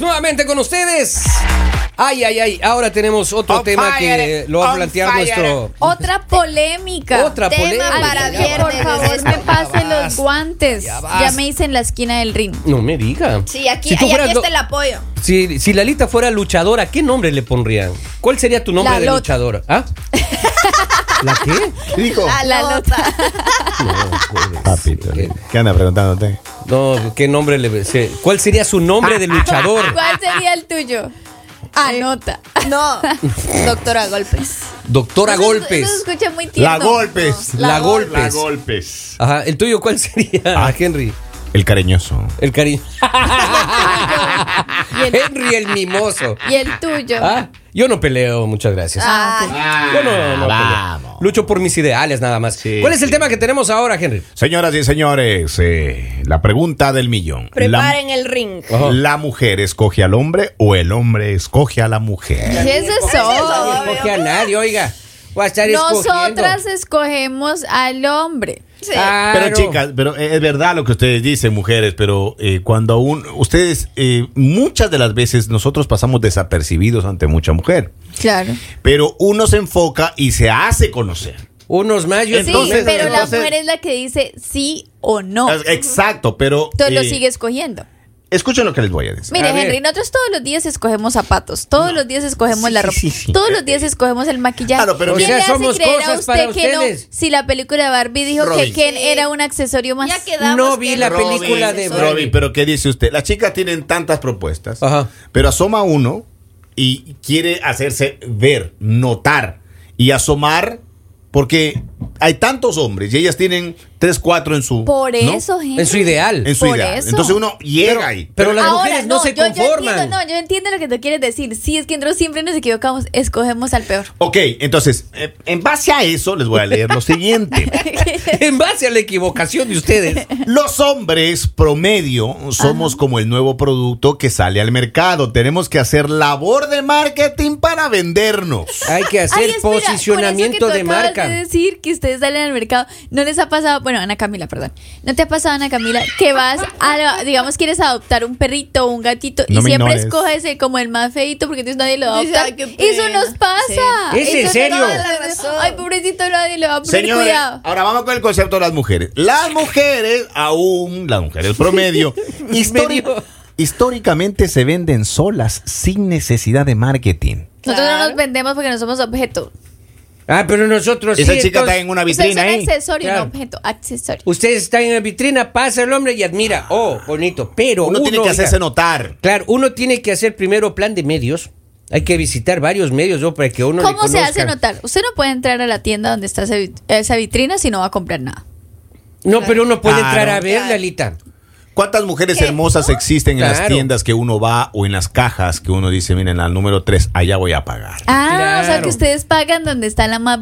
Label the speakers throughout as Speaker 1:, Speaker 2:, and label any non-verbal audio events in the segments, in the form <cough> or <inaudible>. Speaker 1: nuevamente con ustedes. Ay, ay, ay. Ahora tenemos otro
Speaker 2: On
Speaker 1: tema
Speaker 2: fire,
Speaker 1: que lo va a
Speaker 2: on
Speaker 1: plantear
Speaker 2: fire.
Speaker 1: nuestro. <laughs>
Speaker 3: Otra polémica.
Speaker 1: Otra
Speaker 3: Tema
Speaker 1: polémica,
Speaker 3: para
Speaker 1: ya
Speaker 3: viernes.
Speaker 1: basta,
Speaker 3: Después
Speaker 1: ya
Speaker 3: me pase
Speaker 1: basta.
Speaker 3: los guantes.
Speaker 1: Ya
Speaker 3: Ya,
Speaker 1: basta.
Speaker 3: me hice en la esquina del ring.
Speaker 1: No me diga.
Speaker 4: Sí, aquí,
Speaker 1: Si tú
Speaker 4: ahí,
Speaker 1: fueras
Speaker 4: aquí
Speaker 1: lo-
Speaker 4: está el apoyo.
Speaker 1: Si, si Lalita fuera luchadora, ¿qué nombre le pondrían? ¿Cuál sería tu nombre
Speaker 3: La
Speaker 1: de
Speaker 3: Lota.
Speaker 1: luchadora?
Speaker 4: <laughs>
Speaker 1: ¿Ah? ¿La qué?
Speaker 5: Dijo.
Speaker 4: A la
Speaker 3: La
Speaker 4: nota.
Speaker 5: Papito, ¿qué anda preguntándote?
Speaker 1: No, ¿qué nombre le se- ¿Cuál sería su nombre de luchador?
Speaker 4: Ah,
Speaker 3: ¿Cuál sería el tuyo?
Speaker 1: Eh,
Speaker 3: Anota.
Speaker 4: No, doctora Golpes.
Speaker 1: Doctora
Speaker 3: <laughs> Eso-
Speaker 1: Golpes.
Speaker 3: Eso se escucha muy tierno.
Speaker 5: La golpes.
Speaker 1: la, Golpes.
Speaker 5: La golpes.
Speaker 1: Ajá, ¿el tuyo cuál sería,
Speaker 2: Ah.
Speaker 1: <laughs> Henry?
Speaker 5: El cariñoso.
Speaker 1: El
Speaker 4: <laughs>
Speaker 1: cariño.
Speaker 3: Y
Speaker 1: <laughs>
Speaker 3: el-
Speaker 1: Henry el mimoso.
Speaker 3: Y el tuyo.
Speaker 1: Ah, yo no peleo, muchas gracias.
Speaker 3: Ah, ok.
Speaker 1: yo no, no peleo.
Speaker 5: vamos.
Speaker 1: Lucho por mis ideales nada más.
Speaker 5: Sí,
Speaker 1: ¿Cuál es el
Speaker 5: sí.
Speaker 1: tema que tenemos ahora, Henry?
Speaker 5: Señoras y señores, eh, la pregunta del millón. La,
Speaker 4: Preparen el ring.
Speaker 1: Ajá.
Speaker 5: ¿La mujer escoge al hombre o el hombre escoge a la mujer?
Speaker 3: ¿Qué es eso?
Speaker 1: No escoge a nadie, oiga. Voy a estar escogiendo.
Speaker 3: Nosotras eh, escogemos al hombre.
Speaker 4: Sí.
Speaker 1: Claro.
Speaker 5: Pero chicas, pero eh, es verdad lo que ustedes dicen, mujeres, pero eh, cuando aún ustedes, eh, muchas de las veces nosotros pasamos desapercibidos ante mucha mujer,
Speaker 3: Claro.
Speaker 5: pero uno se enfoca y se hace conocer.
Speaker 1: Unos más, yo
Speaker 3: sí,
Speaker 5: Entonces-
Speaker 3: pero la
Speaker 5: entonces-
Speaker 3: mujer es la que dice sí o no.
Speaker 5: Es- Exacto, pero...
Speaker 3: Entonces lo
Speaker 5: eh,
Speaker 3: sigue escogiendo.
Speaker 5: Escuchen lo que les voy a decir.
Speaker 3: Mire,
Speaker 1: A ver.
Speaker 3: Henry, nosotros todos los días escogemos zapatos, todos los días escogemos
Speaker 5: Sí,
Speaker 3: la
Speaker 5: sí,
Speaker 3: ropa,
Speaker 5: sí, sí.
Speaker 3: todos los días escogemos el maquillaje.
Speaker 5: Claro, pero
Speaker 3: ¿Quién
Speaker 1: mira-
Speaker 3: le
Speaker 1: O sea,
Speaker 3: hace
Speaker 1: somos
Speaker 3: creer
Speaker 1: cosas
Speaker 3: a
Speaker 1: para
Speaker 3: usted que no
Speaker 1: ustedes.
Speaker 3: si la película de Barbie dijo
Speaker 5: Robin.
Speaker 3: que Ken era un accesorio más?
Speaker 4: Ya quedamos
Speaker 1: No
Speaker 4: que
Speaker 1: vi la
Speaker 4: Robin
Speaker 1: película de-
Speaker 4: es
Speaker 1: Barbie.
Speaker 5: Robin, pero ¿qué dice usted? Las chicas tienen tantas propuestas,
Speaker 1: Ajá.
Speaker 5: pero asoma uno y quiere hacerse ver, notar y asomar porque hay tantos hombres y ellas tienen tres, cuatro en su...
Speaker 3: Por
Speaker 5: ¿no?
Speaker 3: eso, Henry.
Speaker 1: En su ideal.
Speaker 5: En su
Speaker 3: Por
Speaker 5: ideal.
Speaker 3: eso.
Speaker 5: Entonces uno llega ahí.
Speaker 1: pero las
Speaker 3: Ahora,
Speaker 1: mujeres no, se
Speaker 3: yo- yo
Speaker 1: conforman.
Speaker 3: entiendo, no, yo entiendo lo que tú quieres decir. Sí, es que nosotros siempre nos equivocamos, escogemos al
Speaker 1: <laughs>
Speaker 3: peor.
Speaker 5: Ok, entonces, eh, en base a eso les voy a leer
Speaker 3: <laughs>
Speaker 5: lo siguiente.
Speaker 1: <laughs> En base a la equivocación de ustedes.
Speaker 5: Los hombres promedio somos como el nuevo producto que sale al mercado. Tenemos que hacer labor de marketing para vendernos.
Speaker 1: Hay que hacer
Speaker 3: Ay, espera, con eso que
Speaker 1: posicionamiento
Speaker 3: tú
Speaker 1: de
Speaker 3: acabas
Speaker 1: marca.
Speaker 3: de
Speaker 1: <laughs>
Speaker 3: decir que ustedes salen al mercado. ¿No les ha pasado, bueno, Ana Camila, perdón. ¿No te ha pasado, Ana Camila, que vas a, la- digamos, quieres adoptar un perrito o un gatito
Speaker 5: No
Speaker 3: y
Speaker 5: me
Speaker 3: siempre
Speaker 5: ignores.
Speaker 3: escoges el- como el más feito porque entonces nadie lo va a
Speaker 4: Dice,
Speaker 3: adoptar?
Speaker 4: "Ay, qué
Speaker 3: Eso
Speaker 4: pena".
Speaker 3: nos pasa.
Speaker 1: Sí. ¿Es en
Speaker 3: Eso
Speaker 1: serio?
Speaker 3: nos-
Speaker 4: Toda la razón.
Speaker 3: Ay, pobrecito, nadie le va a poner
Speaker 5: Señores,
Speaker 3: cuidado.
Speaker 5: ahora vamos con el concepto de las mujeres. Las mujeres, aún las mujeres
Speaker 1: <laughs>
Speaker 5: promedio, histori-
Speaker 1: Medio.
Speaker 5: históricamente se venden solas sin necesidad de marketing.
Speaker 3: Nosotros no
Speaker 4: Claro.
Speaker 3: nos vendemos porque no somos objeto.
Speaker 1: Ah, pero nosotros
Speaker 5: Esa
Speaker 1: sí,
Speaker 5: chica
Speaker 1: entonces-
Speaker 5: está en una
Speaker 3: Ustedes
Speaker 5: vitrina ¿eh?
Speaker 3: son
Speaker 5: ahí.
Speaker 3: accesorio,
Speaker 1: eh. Claro.
Speaker 3: no objeto, accesorio.
Speaker 1: Ustedes están en la vitrina, pasa el hombre y admira. Oh, bonito. Pero uno,
Speaker 5: Uno tiene que
Speaker 1: oiga,
Speaker 5: hacerse notar.
Speaker 1: Claro, uno tiene que hacer primero plan de medios. Hay que visitar varios medios ¿no? para que uno. le
Speaker 3: ¿Cómo se hace
Speaker 1: conozcan.
Speaker 3: notar? Usted no puede entrar a la tienda donde está esa vit- esa vitrina si no va a comprar nada.
Speaker 1: No, pero uno puede
Speaker 5: Claro.
Speaker 1: entrar a ver,
Speaker 4: Claro.
Speaker 1: Lalita.
Speaker 5: ¿Cuántas mujeres hermosas existen en las
Speaker 1: Claro.
Speaker 5: tiendas que uno va o en las cajas que uno dice, miren, al número 3, allá voy a pagar?
Speaker 3: Ah, o sea
Speaker 1: Claro.
Speaker 3: que ustedes pagan donde está la más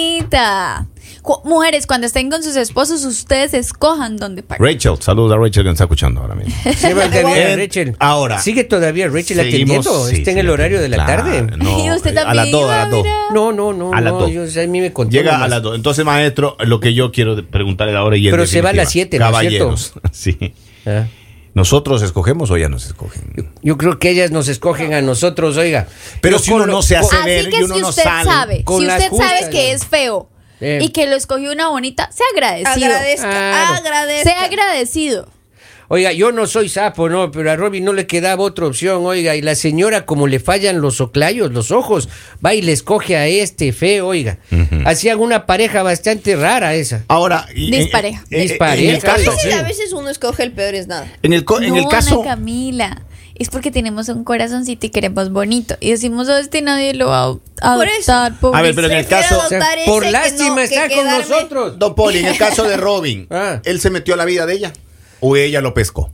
Speaker 3: bonita. Cu- mujeres, cuando estén con sus esposos, ustedes escojan dónde pagan.
Speaker 5: Rachel, saludos a Rachel que nos está escuchando ahora
Speaker 1: <laughs>
Speaker 5: mismo.
Speaker 1: Se va todavía,
Speaker 5: Eh,
Speaker 1: Rachel.
Speaker 5: ahora.
Speaker 1: ¿Sigue todavía Rachel
Speaker 5: Seguimos,
Speaker 1: atendiendo?
Speaker 5: sí,
Speaker 1: ¿Está en
Speaker 5: sí,
Speaker 1: el horario de la
Speaker 5: claro,
Speaker 1: tarde?
Speaker 3: <laughs>
Speaker 5: no,
Speaker 3: Y usted
Speaker 5: eh, A las
Speaker 3: también,
Speaker 5: 2, a
Speaker 3: ah,
Speaker 5: las 2.
Speaker 3: mira.
Speaker 1: No, no, no.
Speaker 5: A las
Speaker 1: no,
Speaker 5: dos.
Speaker 1: yo- a mí me contó
Speaker 5: Llega a
Speaker 1: nomás.
Speaker 5: las 2. Entonces, maestro, lo que yo quiero de- preguntarle ahora y en
Speaker 1: Pero se va a
Speaker 5: definitiva,
Speaker 1: las siete, ¿no es
Speaker 5: Caballeros, <laughs> sí.
Speaker 1: Ah.
Speaker 5: ¿Nosotros escogemos o ya nos escogen?
Speaker 1: Yo creo que ellas nos escogen a nosotros, oiga.
Speaker 5: Pero
Speaker 1: Yo
Speaker 5: si uno
Speaker 1: con lo-
Speaker 5: no se hace
Speaker 1: con-
Speaker 3: Así
Speaker 5: ver
Speaker 3: que
Speaker 5: y
Speaker 3: si
Speaker 5: uno
Speaker 3: usted
Speaker 5: no sale.
Speaker 3: sabe,
Speaker 1: Con
Speaker 3: si
Speaker 1: las
Speaker 3: usted
Speaker 1: justas,
Speaker 3: sabe que
Speaker 1: ya.
Speaker 3: es feo
Speaker 1: Eh.
Speaker 3: y que lo escogió una bonita, sea agradecido.
Speaker 4: Agradezca,
Speaker 1: Claro.
Speaker 4: agradezca.
Speaker 3: sea agradecido.
Speaker 1: Oiga, yo no soy sapo, no, pero a Robin no le quedaba otra opción, oiga. Y la señora, como le fallan los oclayos, los ojos, va y le escoge a este feo, oiga. Hacían una pareja bastante rara esa.
Speaker 5: Ahora. y-
Speaker 3: Dispareja.
Speaker 5: eh, eh, eh, En
Speaker 1: Dispareja.
Speaker 5: el caso.
Speaker 1: Sí,
Speaker 4: Sí, a veces uno escoge el peor es nada.
Speaker 5: En el, co- en
Speaker 3: no,
Speaker 5: el caso.
Speaker 3: Ana Camila. Es porque tenemos un corazoncito y queremos bonito. Y decimos, oh, este nadie lo va a
Speaker 4: Por eso.
Speaker 3: adoptar.
Speaker 5: A ver, pero en el
Speaker 4: Prefiero
Speaker 5: caso.
Speaker 1: O sea,
Speaker 4: adoptar ese
Speaker 1: por
Speaker 4: Pues que
Speaker 1: lástima
Speaker 4: no- que
Speaker 1: está con
Speaker 4: quedarme-
Speaker 1: nosotros.
Speaker 5: Don Poli, en el caso de <laughs> Robin,
Speaker 1: Ah.
Speaker 5: ¿él se metió a la vida de ella? ¿O ella lo pescó?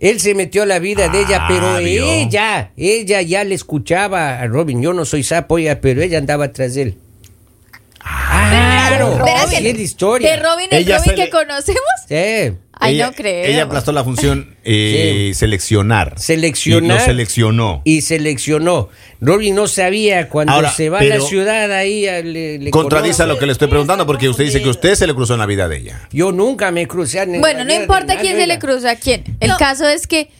Speaker 1: Él se metió a la vida de ella,
Speaker 5: Ah,
Speaker 1: pero
Speaker 5: vio.
Speaker 1: ella, ella ya le escuchaba a Robin. Yo no soy sapo, oiga, pero ella andaba tras él. Ah, Claro,
Speaker 4: Robin.
Speaker 1: Así es la historia.
Speaker 3: De Robin, el
Speaker 5: Ella
Speaker 3: Robin
Speaker 5: se
Speaker 3: que
Speaker 5: le-
Speaker 3: conocemos.
Speaker 1: Sí.
Speaker 3: Ay,
Speaker 5: ella,
Speaker 3: no creo.
Speaker 5: Ella aplastó la función eh, seleccionar.
Speaker 1: Seleccionar.
Speaker 5: Y lo seleccionó.
Speaker 1: Y seleccionó. Robin no sabía cuando
Speaker 5: Ahora,
Speaker 1: se va a la
Speaker 5: pero-
Speaker 1: ciudad ahí a- le, le
Speaker 5: Contradice
Speaker 1: conoce.
Speaker 5: lo que le estoy preguntando porque usted dice que usted se le cruzó en la vida de ella.
Speaker 1: Yo nunca me crucé a
Speaker 3: Bueno, no importa quién se le cruzó a quién. El
Speaker 4: No.
Speaker 3: caso es que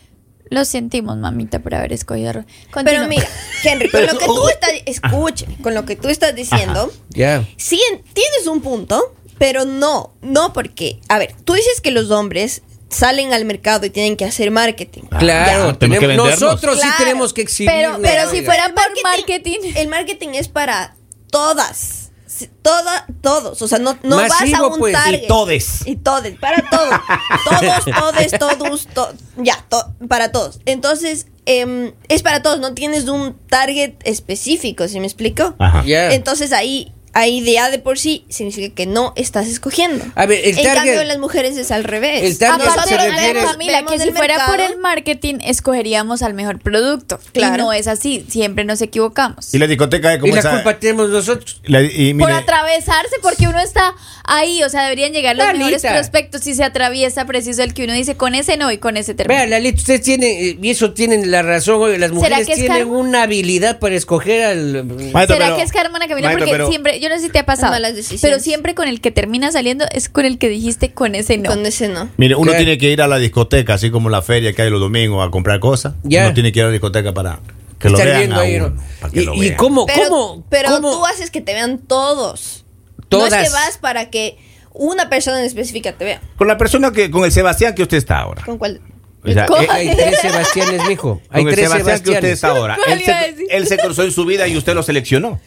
Speaker 3: Lo sentimos, mamita, por haber escogido. a Ro- Continúa.
Speaker 4: Pero mira, Henry, con
Speaker 5: Pero-
Speaker 4: lo que tú estás, escuche, con lo que tú estás diciendo,
Speaker 1: Ya.
Speaker 4: sí en- tienes un punto, pero no, no porque, a ver, tú dices que los hombres salen al mercado y tienen que hacer marketing.
Speaker 1: Claro,
Speaker 5: Ah, ya, tenemos que
Speaker 1: tenemos-
Speaker 5: vendernos.
Speaker 1: nosotros sí
Speaker 4: Claro.
Speaker 1: tenemos que exhibir.
Speaker 3: Pero- pero si fuera- por marketing.
Speaker 4: El marketing es para todas. si- Toda, todos, o sea, no, no vas a
Speaker 1: Masivo,
Speaker 4: un
Speaker 1: pues, y
Speaker 4: target.
Speaker 5: todes.
Speaker 4: Y todes, para
Speaker 1: <laughs>
Speaker 4: todos. todos, todes, todos, to- ya, to- para todos. Entonces, em, es para todos, no tienes un target específico, ¿sí me explico?
Speaker 5: Ajá.
Speaker 1: Ah. Ya.
Speaker 4: Entonces ahí, ahí de ya de por sí significa que no estás escogiendo.
Speaker 1: A ver, el
Speaker 4: en
Speaker 1: target-
Speaker 4: cambio en las mujeres es al revés.
Speaker 1: El target
Speaker 4: Nosotros
Speaker 1: se
Speaker 3: Aparte,
Speaker 1: refiere-
Speaker 4: vemos-
Speaker 3: Ana Camila,
Speaker 4: vemos
Speaker 3: que si
Speaker 4: el
Speaker 3: fuera por
Speaker 4: mercado-
Speaker 3: el marketing, escogeríamos al mejor producto.
Speaker 4: Claro.
Speaker 3: Y no es así, siempre nos equivocamos.
Speaker 5: Y la discoteca de
Speaker 1: y
Speaker 5: como
Speaker 1: la
Speaker 5: esa-
Speaker 1: culpa tenemos nosotros.
Speaker 5: la- y
Speaker 3: por
Speaker 5: mire,
Speaker 3: atravesarse, porque uno está ahí, o sea, deberían llegar los
Speaker 1: Lalita.
Speaker 3: mejores prospectos y se atraviesa preciso el que uno dice con ese no y con ese termino.
Speaker 1: Vea, Lalita, ustedes tienen, eh, y eso tienen la razón, oye, las mujeres
Speaker 3: que es
Speaker 1: tienen
Speaker 3: karma?
Speaker 1: una habilidad para escoger al... eh,
Speaker 5: Maestro,
Speaker 3: ¿Será
Speaker 5: pero-
Speaker 3: que es karma, Ana Camila?
Speaker 5: maestro,
Speaker 3: Porque
Speaker 5: pero-
Speaker 3: siempre, yo no sé si te ha pasado,
Speaker 4: Malas decisiones.
Speaker 3: pero siempre con el que termina saliendo es con el que dijiste con ese no.
Speaker 4: Con ese no.
Speaker 5: Mire, uno
Speaker 1: ¿Qué?
Speaker 5: tiene que ir a la discoteca, así como la feria que hay los domingos a comprar cosas.
Speaker 1: Ya.
Speaker 5: Uno tiene que ir a la discoteca para que lo
Speaker 1: estar
Speaker 5: vean.
Speaker 1: viendo
Speaker 5: a
Speaker 1: ahí, ¿no?
Speaker 5: uno, para que
Speaker 1: y,
Speaker 5: lo
Speaker 1: y
Speaker 5: vean.
Speaker 1: cómo,
Speaker 4: Pero,
Speaker 1: Oh, cómo,
Speaker 4: pero
Speaker 1: cómo-
Speaker 4: tú haces que te vean todos. No es
Speaker 1: Todas. eh,
Speaker 4: que vas para que una persona en específica te vea.
Speaker 5: Con la persona que, con el Sebastián que usted está ahora.
Speaker 4: ¿Con cuál?
Speaker 5: O sea,
Speaker 3: ¿Cómo?
Speaker 5: eh,
Speaker 1: Hay tres
Speaker 4: <laughs>
Speaker 1: Sebastianes, mijo. Hay
Speaker 5: con el
Speaker 1: tres
Speaker 5: Sebastián que usted
Speaker 1: Sebastianes.
Speaker 5: está ahora.
Speaker 1: <laughs>
Speaker 3: ¿Cuál
Speaker 5: Él
Speaker 3: iba a
Speaker 5: se,
Speaker 3: decir?
Speaker 5: él se cruzó en su vida y usted lo seleccionó.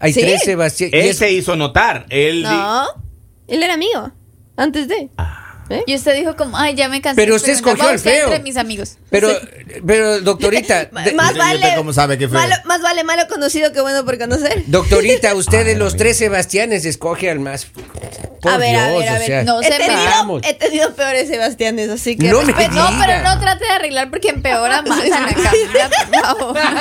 Speaker 1: Hay
Speaker 4: Sí.
Speaker 1: tres Sebastianes. Y
Speaker 5: Él
Speaker 1: es-
Speaker 5: se hizo notar. Él di-
Speaker 4: No. Él era amigo. Antes de. ¿Eh?
Speaker 3: Y usted dijo como, ay, ya me cansé.
Speaker 1: Pero usted
Speaker 3: me la voy a
Speaker 1: escogió al
Speaker 3: buscar
Speaker 1: feo.
Speaker 3: entre
Speaker 1: <laughs>
Speaker 3: mis amigos.
Speaker 1: Pero, pero
Speaker 3: <laughs>
Speaker 1: doctorita,
Speaker 4: Ma-
Speaker 1: de-
Speaker 4: más
Speaker 5: Usted- ¿y usted
Speaker 4: vale.
Speaker 5: cómo sabe que fue?
Speaker 4: malo, más vale malo conocido que bueno por conocer.
Speaker 1: doctorita, usted de
Speaker 5: Ay,
Speaker 1: los
Speaker 5: mi-
Speaker 1: tres Sebastianes escoge al más. Por
Speaker 4: a ver, a
Speaker 1: Dios,
Speaker 4: ver, a
Speaker 1: o
Speaker 4: ver.
Speaker 1: sea,
Speaker 3: no
Speaker 4: he,
Speaker 3: se
Speaker 4: tenido,
Speaker 1: vamos.
Speaker 4: he tenido peores Sebastianes, así que.
Speaker 1: No me
Speaker 4: respeto.
Speaker 3: Pues No,
Speaker 1: Mira.
Speaker 3: pero no trate de arreglar porque
Speaker 1: <laughs>
Speaker 3: empeora más Ana Camila, por favor.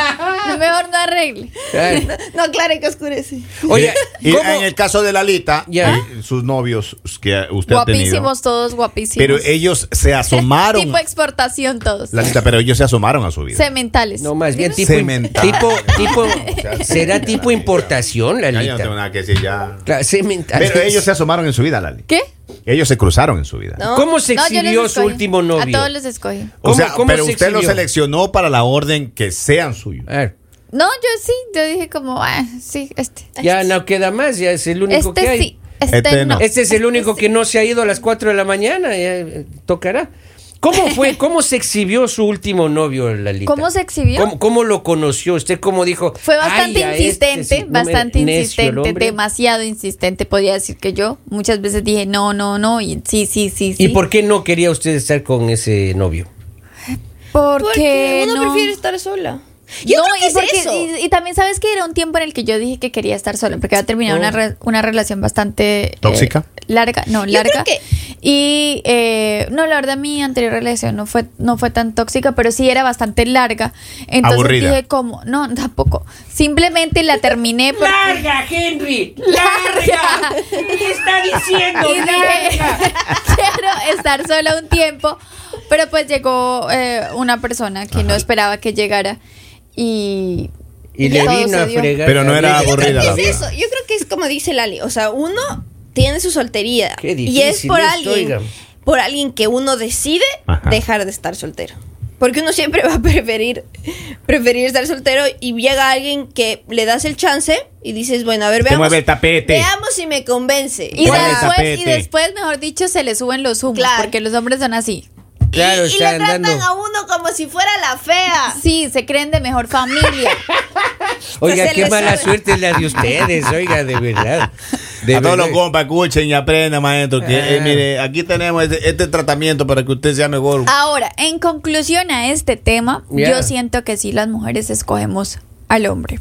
Speaker 3: No, Mejor no arregle.
Speaker 1: Ay.
Speaker 4: No, claro que oscurece.
Speaker 1: Oye,
Speaker 5: <laughs> y
Speaker 1: ¿cómo?
Speaker 5: en el caso de Lalita,
Speaker 1: Ya.
Speaker 5: y sus novios que usted ha tenido.
Speaker 3: Guapísimos todos, guapísimos.
Speaker 5: Pero ellos se asomaron.
Speaker 3: Tipo exportación todos.
Speaker 5: Lalita, pero ellos se asomaron a su vida.
Speaker 3: Sementales.
Speaker 1: No, más bien tipo,
Speaker 5: Cemental.
Speaker 1: tipo,
Speaker 5: <laughs>
Speaker 1: tipo,
Speaker 5: sea,
Speaker 1: será
Speaker 5: cemental,
Speaker 1: tipo
Speaker 5: Lalita.
Speaker 1: importación,
Speaker 5: Ya, yo no tengo
Speaker 1: Lalita.
Speaker 5: nada que decir ya.
Speaker 1: Claro, cemental.
Speaker 5: Pero ellos se asomaron en su vida, Lali.
Speaker 3: ¿Qué?
Speaker 5: Ellos se cruzaron en su vida.
Speaker 4: No.
Speaker 1: ¿Cómo se
Speaker 3: No, yo
Speaker 1: exhibió
Speaker 3: los
Speaker 1: su
Speaker 3: escogí.
Speaker 1: último
Speaker 3: A
Speaker 1: novio?
Speaker 3: todos los escogí.
Speaker 5: O sea,
Speaker 1: ¿Cómo- cómo
Speaker 5: pero
Speaker 1: se
Speaker 5: usted lo
Speaker 1: exhibió?
Speaker 5: seleccionó para la orden que sean suyos.
Speaker 1: A ver,
Speaker 3: No, yo sí, yo dije como, ah, sí, este.
Speaker 1: ya no queda más, ya es el único que
Speaker 3: Este
Speaker 1: hay.
Speaker 3: sí, este,
Speaker 5: Este
Speaker 3: no.
Speaker 5: no.
Speaker 1: Este es el único que no se ha ido a las 4 de la mañana, ya eh, tocará. ¿Cómo
Speaker 3: <laughs>
Speaker 1: fue? ¿Cómo se exhibió su último novio, Lalita?
Speaker 3: ¿Cómo se exhibió?
Speaker 1: ¿Cómo, cómo lo conoció? ¿Usted cómo dijo?
Speaker 3: Fue bastante
Speaker 1: "Ay, a este
Speaker 3: insistente,
Speaker 1: sí, no me-
Speaker 3: bastante
Speaker 1: necio el
Speaker 3: insistente,
Speaker 1: hombre"?
Speaker 3: demasiado insistente, podría decir que yo muchas veces dije no, no, no, y sí, sí, sí, sí.
Speaker 1: ¿Y por qué no quería usted estar con ese novio?
Speaker 3: Porque
Speaker 4: uno
Speaker 3: no.
Speaker 4: prefiere estar sola. Yo
Speaker 3: no,
Speaker 4: creo que
Speaker 3: y,
Speaker 4: es
Speaker 3: porque-
Speaker 4: eso.
Speaker 3: y- y también sabes que era un tiempo en el que yo dije que quería estar sola, porque había terminado
Speaker 1: Oh.
Speaker 3: una, re- una relación bastante... eh,
Speaker 5: ¿Tóxica?
Speaker 3: larga, no, larga.
Speaker 4: creo que-
Speaker 3: Y eh, no, la verdad mi anterior relación no fue, no fue tan tóxica, pero sí era bastante larga. Entonces
Speaker 5: Aburrida.
Speaker 3: dije como, no, tampoco. Simplemente la
Speaker 1: <laughs>
Speaker 3: terminé porque...
Speaker 1: ¡Larga, Henry!
Speaker 3: ¡Larga!
Speaker 1: ¡Le está diciendo
Speaker 3: Y dije, <laughs> quiero estar sola un tiempo, pero pues llegó eh, una persona que no esperaba que llegara y...
Speaker 1: Y le
Speaker 3: todo
Speaker 1: vino
Speaker 3: se
Speaker 1: a
Speaker 3: dio.
Speaker 1: fregar.
Speaker 5: Pero no era
Speaker 1: la vida.
Speaker 4: Yo creo
Speaker 5: aburrida.
Speaker 4: que
Speaker 5: la
Speaker 4: es
Speaker 5: vida.
Speaker 4: eso. Yo creo que es como dice Lali. O sea, uno tiene su soltería.
Speaker 1: Qué
Speaker 4: y es
Speaker 1: difícil
Speaker 4: por
Speaker 1: esto,
Speaker 4: alguien.
Speaker 1: oiga.
Speaker 4: Por alguien que uno decide
Speaker 5: Ajá.
Speaker 4: dejar de estar soltero. Porque uno siempre <laughs> va a preferir, preferir estar soltero y llega alguien que le das el chance y dices, bueno, a ver,
Speaker 5: Te
Speaker 4: veamos.
Speaker 5: mueve el tapete.
Speaker 4: Veamos si me convence.
Speaker 3: Y
Speaker 5: Ponle
Speaker 3: después, y
Speaker 5: tapete.
Speaker 3: después, mejor dicho, se le suben los humos,
Speaker 4: Claro.
Speaker 3: porque los hombres son así.
Speaker 1: <laughs> Claro,
Speaker 4: y, y
Speaker 1: está
Speaker 4: le tratan
Speaker 1: andando.
Speaker 4: a uno como si fuera la fea.
Speaker 3: Sí, se creen de
Speaker 1: <laughs>
Speaker 3: mejor familia.
Speaker 1: Oiga,
Speaker 4: que se
Speaker 1: qué
Speaker 4: les
Speaker 1: mala
Speaker 4: sube.
Speaker 1: suerte es la de ustedes, oiga, de verdad. eh, De
Speaker 5: a
Speaker 1: verdad.
Speaker 5: todos los compas, escuchen y aprendan, maestro. Que, eh,
Speaker 1: Ah.
Speaker 5: mire, aquí tenemos este, este tratamiento para que usted sea mejor.
Speaker 3: Ahora, en conclusión a este tema,
Speaker 1: Ya.
Speaker 3: yo siento que sí las mujeres escogemos al hombre.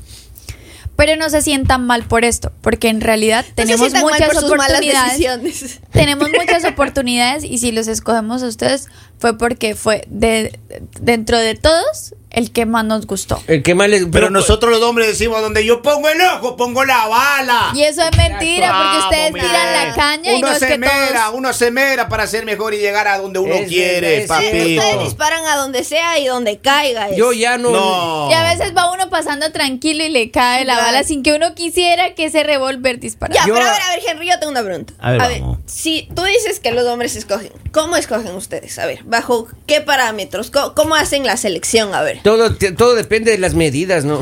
Speaker 3: Pero no se sientan mal por esto, porque en realidad
Speaker 4: no
Speaker 3: tenemos
Speaker 4: se sientan mal
Speaker 3: muchas
Speaker 4: por sus malas
Speaker 3: oportunidades.
Speaker 4: decisiones. <laughs>
Speaker 3: Tenemos muchas oportunidades y si los escogemos a ustedes fue porque fue de dentro de todos el que más nos gustó.
Speaker 1: El que más les...
Speaker 5: Pero nosotros los hombres decimos, donde yo pongo el ojo, pongo la bala.
Speaker 3: Y eso es mentira porque
Speaker 5: Vamos,
Speaker 3: ustedes
Speaker 5: mire.
Speaker 3: tiran la caña y
Speaker 5: uno
Speaker 3: no es
Speaker 5: se
Speaker 3: que
Speaker 5: mera,
Speaker 3: todos
Speaker 5: uno se mera para ser mejor y llegar a donde uno
Speaker 1: Es
Speaker 5: quiere,
Speaker 1: verdad, es
Speaker 5: papito.
Speaker 1: cierto.
Speaker 4: Ustedes disparan a donde sea y donde caiga. es-
Speaker 1: Yo ya no...
Speaker 5: No.
Speaker 3: Y a veces va uno pasando tranquilo y le cae la
Speaker 4: Claro.
Speaker 3: bala sin que uno quisiera que ese revólver disparara.
Speaker 4: Ya,
Speaker 1: Yo-
Speaker 4: pero a ver, a ver, Henry, yo tengo una pregunta.
Speaker 5: A ver, vamos.
Speaker 4: si tú dices que los hombres escogen, ¿Cómo escogen ustedes? A ver, ¿bajo qué parámetros? ¿Cómo, cómo hacen la selección? A ver.
Speaker 1: Todo, te- todo depende de las medidas, ¿no?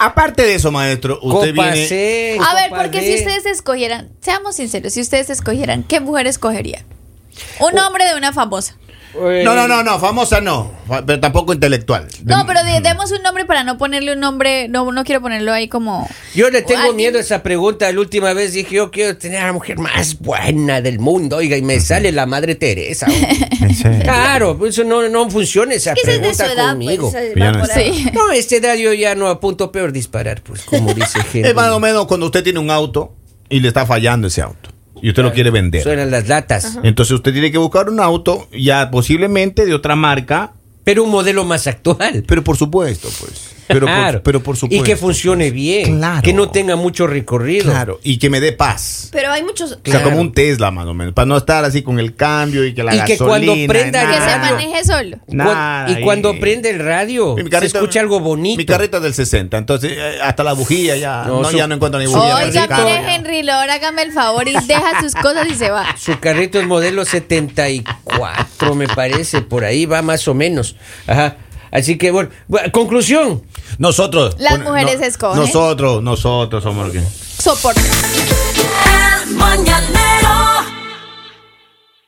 Speaker 5: Aparte de eso, maestro, usted
Speaker 1: Copa
Speaker 5: viene.
Speaker 1: C,
Speaker 3: A ver,
Speaker 1: Copa
Speaker 3: porque
Speaker 1: D.
Speaker 3: si ustedes escogieran, seamos sinceros, si ustedes escogieran, ¿qué mujer escogería? Un hombre de una famosa.
Speaker 1: Eh,
Speaker 5: No, no, no, no, famosa no, fa- pero tampoco intelectual.
Speaker 3: No, pero de- demos un nombre para no ponerle un nombre, no, no quiero ponerlo ahí como...
Speaker 1: Yo le tengo
Speaker 3: Alguien-
Speaker 1: miedo a esa pregunta. La última vez dije, yo quiero tener a la mujer más buena del mundo. Oiga, y me sale la madre Teresa. claro, pues eso no, no funciona esa
Speaker 4: Quizás de su
Speaker 1: pregunta
Speaker 4: edad, pues,
Speaker 1: conmigo.
Speaker 4: se
Speaker 5: Ya
Speaker 4: va
Speaker 5: no
Speaker 4: por ahí.
Speaker 3: Sí.
Speaker 1: No, a esta edad yo ya no apunto peor disparar, pues, como
Speaker 5: <laughs>
Speaker 1: dice gente.
Speaker 5: Es más o menos cuando usted tiene un auto y le está fallando ese auto y usted lo quiere vender.
Speaker 1: Suenan las latas.
Speaker 5: Entonces usted tiene que buscar un auto ya posiblemente de otra marca,
Speaker 1: Pero un modelo más actual.
Speaker 5: pero por supuesto, pues. Pero,
Speaker 1: Claro.
Speaker 5: por, pero por supuesto. pues.
Speaker 1: Y que funcione bien.
Speaker 5: Claro.
Speaker 1: Que no tenga mucho recorrido.
Speaker 5: Claro, y que me dé paz.
Speaker 4: Pero hay muchos.
Speaker 5: O sea,
Speaker 1: Claro.
Speaker 5: como un Tesla más o menos, para no estar así con el cambio y que la
Speaker 1: Y que cuando
Speaker 5: gasolina,
Speaker 1: prenda
Speaker 5: nada.
Speaker 3: Que se
Speaker 1: Ah.
Speaker 3: maneje solo.
Speaker 1: Cu-
Speaker 5: Nada,
Speaker 1: y cuando
Speaker 5: y-
Speaker 1: prende el radio,
Speaker 5: Mi carrito-
Speaker 1: se escucha algo bonito.
Speaker 5: Mi carreta es del 60, entonces eh, hasta la bujía ya
Speaker 1: No,
Speaker 5: no,
Speaker 1: su-
Speaker 5: ya no encuentro ni
Speaker 1: su-
Speaker 3: Oiga,
Speaker 5: bujía. para
Speaker 3: mire
Speaker 5: el carro, ya.
Speaker 3: Henry Lord, hágame el favor y deja sus cosas y se va.
Speaker 1: Su carrito es modelo 74, me parece, por ahí va más o menos. Ajá. Así que bueno, Bueno, conclusión.
Speaker 5: Nosotros.
Speaker 3: Las
Speaker 5: bueno,
Speaker 3: mujeres escogen.
Speaker 5: Nosotros, nosotros somos los que.
Speaker 3: Soporta.
Speaker 2: El mañanero